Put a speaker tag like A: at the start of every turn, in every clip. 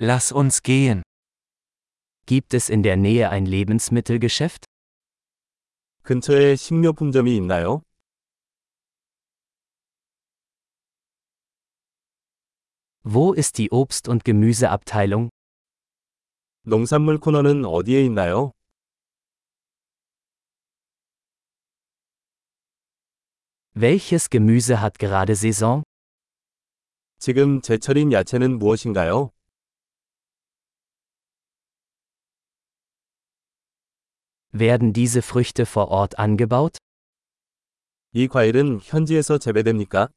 A: Lass uns gehen.
B: Gibt es in der Nähe ein Lebensmittelgeschäft?
C: 근처에 식료품점이 있나요?
B: Wo ist die Obst- und Gemüseabteilung?
C: 농산물 코너는 어디에 있나요?
B: Welches Gemüse hat gerade Saison?
C: 지금 제철인 야채는 무엇인가요?
B: Werden diese Früchte vor Ort angebaut?
C: 이 과일은 현지에서 재배됩니까?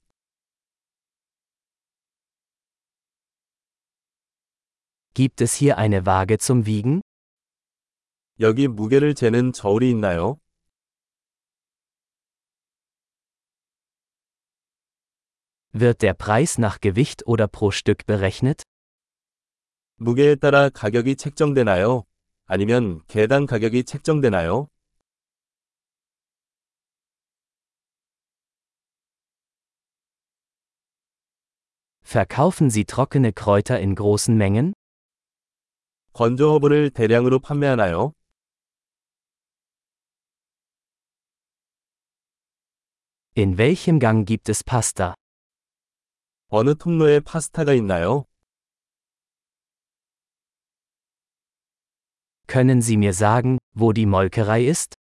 B: Gibt es hier eine Waage zum Wiegen?
C: 여기 무게를 재는 저울이 있나요?
B: Wird der Preis nach Gewicht oder pro Stück berechnet?
C: 무게에 따라 가격이 책정되나요? 아니면 개당 가격이 책정되나요?
B: Verkaufen Sie trockene Kräuter in großen Mengen?
C: 건조 허브를 대량으로 판매하나요?
B: In welchem Gang gibt es Pasta?
C: 어느 통로에 파스타가 있나요?
B: Können Sie mir sagen, wo die Molkerei ist?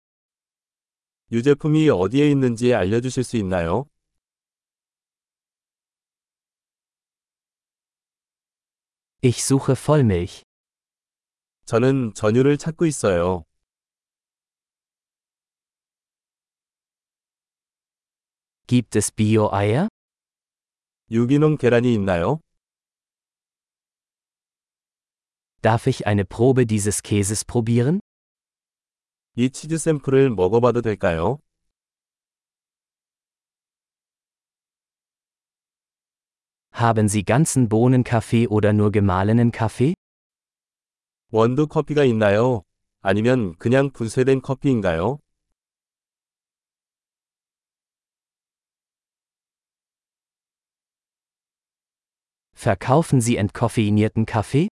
C: 유제품이 어디에 있는지 알려주실 수 있나요?
B: Ich suche Vollmilch.
C: 저는 전유를 찾고 있어요.
B: Gibt es Bio-Eier?
C: 유기농 계란이 있나요?
B: Darf ich eine Probe dieses Käses probieren?
C: 이 치즈 샘플을 먹어봐도 될까요?
B: Haben Sie ganzen Bohnenkaffee oder nur gemahlenen Kaffee?
C: 원두 커피가 있나요? 아니면 그냥 분쇄된 커피인가요?
B: Verkaufen Sie entkoffeinierten Kaffee?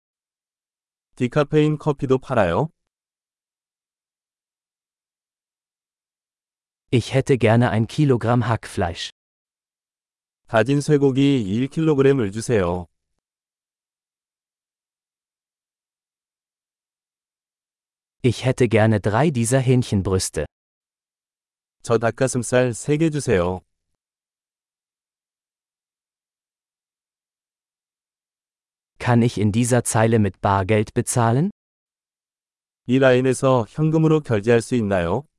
C: 디카페인 커피도 팔아요?
B: Ich hätte gerne ein Kilogramm Hackfleisch.
C: 다진 쇠고기 1kg을 주세요.
B: Ich hätte gerne drei dieser Hähnchenbrüste.
C: 저 닭가슴살 3개 주세요.
B: Kann ich in dieser Zeile mit Bargeld bezahlen?
C: 이 라인에서 현금으로 결제할 수 있나요?